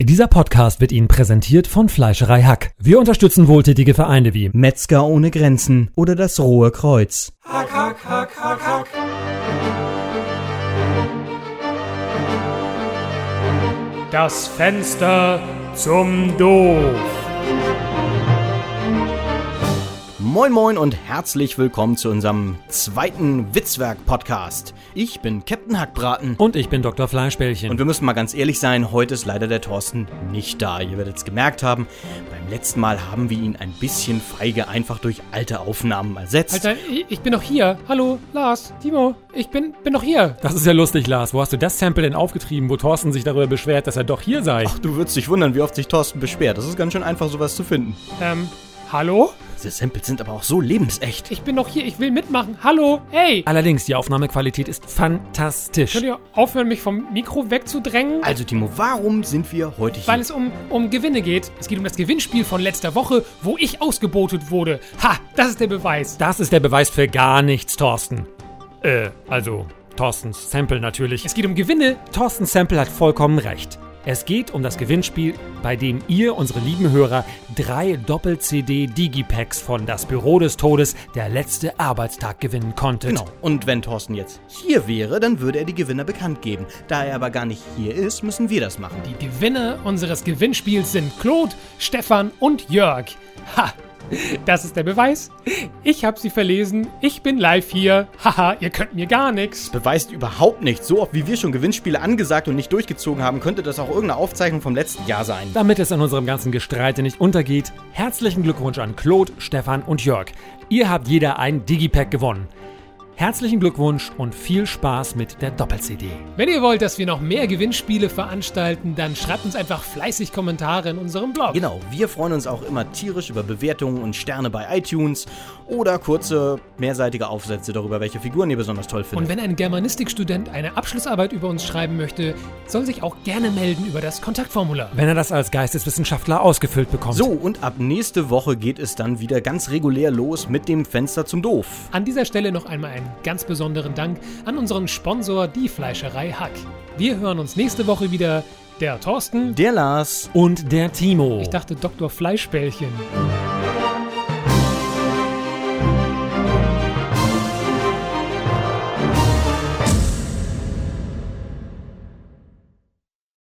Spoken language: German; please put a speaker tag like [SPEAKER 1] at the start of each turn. [SPEAKER 1] Dieser Podcast wird Ihnen präsentiert von Fleischerei Hack. Wir unterstützen wohltätige Vereine wie
[SPEAKER 2] Metzger ohne Grenzen oder das Rohe Kreuz.
[SPEAKER 3] Das Fenster zum Doof.
[SPEAKER 2] Moin moin und herzlich willkommen zu unserem zweiten Witzwerk-Podcast. Ich bin Captain Hackbraten
[SPEAKER 1] und ich bin Dr. Fleischbällchen.
[SPEAKER 2] und wir müssen mal ganz ehrlich sein, heute ist leider der Thorsten nicht da. Ihr werdet es gemerkt haben, beim letzten Mal haben wir ihn ein bisschen feige einfach durch alte Aufnahmen ersetzt.
[SPEAKER 4] Alter, ich, ich bin doch hier. Hallo, Lars, Timo, ich bin, bin doch hier.
[SPEAKER 1] das ist ja lustig, Lars. Wo hast du das Sample denn aufgetrieben, wo Thorsten sich darüber beschwert, dass er doch hier sei?
[SPEAKER 2] Ach, du würdest dich wundern, wie oft sich Thorsten beschwert. Das ist ganz schön einfach, sowas zu finden.
[SPEAKER 4] Ähm, hallo?
[SPEAKER 2] Diese Samples sind aber auch so lebensecht.
[SPEAKER 4] Ich bin doch hier, ich will mitmachen. Hallo, hey!
[SPEAKER 1] Allerdings, die Aufnahmequalität ist fantastisch.
[SPEAKER 4] Könnt ihr aufhören, mich vom Mikro wegzudrängen?
[SPEAKER 2] Also Timo, warum sind wir heute hier?
[SPEAKER 4] Weil es um, um Gewinne geht. Es geht um das Gewinnspiel von letzter Woche, wo ich ausgebotet wurde. Ha, das ist der Beweis.
[SPEAKER 1] Das ist der Beweis für gar nichts, Thorsten. Äh, also Thorstens Sample natürlich.
[SPEAKER 4] Es geht um Gewinne.
[SPEAKER 1] Thorsten Sample hat vollkommen recht. Es geht um das Gewinnspiel, bei dem ihr, unsere lieben Hörer, drei Doppel-CD-Digipacks von Das Büro des Todes, der letzte Arbeitstag, gewinnen konntet.
[SPEAKER 2] Genau. Und wenn Thorsten jetzt hier wäre, dann würde er die Gewinner bekannt geben. Da er aber gar nicht hier ist, müssen wir das machen.
[SPEAKER 4] Die Gewinner unseres Gewinnspiels sind Claude, Stefan und Jörg. Ha! Das ist der Beweis. Ich hab sie verlesen. Ich bin live hier. Haha, ihr könnt mir gar nichts.
[SPEAKER 2] Beweist überhaupt nicht. So oft wie wir schon Gewinnspiele angesagt und nicht durchgezogen haben, könnte das auch irgendeine Aufzeichnung vom letzten Jahr sein.
[SPEAKER 1] Damit es in unserem ganzen Gestreite nicht untergeht, herzlichen Glückwunsch an Claude, Stefan und Jörg. Ihr habt jeder ein Digipack gewonnen. Herzlichen Glückwunsch und viel Spaß mit der Doppel-CD.
[SPEAKER 4] Wenn ihr wollt, dass wir noch mehr Gewinnspiele veranstalten, dann schreibt uns einfach fleißig Kommentare in unserem Blog.
[SPEAKER 2] Genau, wir freuen uns auch immer tierisch über Bewertungen und Sterne bei iTunes oder kurze, mehrseitige Aufsätze darüber, welche Figuren ihr besonders toll
[SPEAKER 4] Und
[SPEAKER 2] findet.
[SPEAKER 4] wenn ein Germanistikstudent eine Abschlussarbeit über uns schreiben möchte, soll sich auch gerne melden über das Kontaktformular.
[SPEAKER 1] Wenn er das als Geisteswissenschaftler ausgefüllt bekommt.
[SPEAKER 2] So, und ab nächste Woche geht es dann wieder ganz regulär los mit dem Fenster zum Doof.
[SPEAKER 4] An dieser Stelle noch einmal einen ganz besonderen Dank an unseren Sponsor, die Fleischerei Hack. Wir hören uns nächste Woche wieder. Der Thorsten.
[SPEAKER 2] Der Lars
[SPEAKER 1] Und der Timo.
[SPEAKER 4] Ich dachte Dr. Fleischbällchen.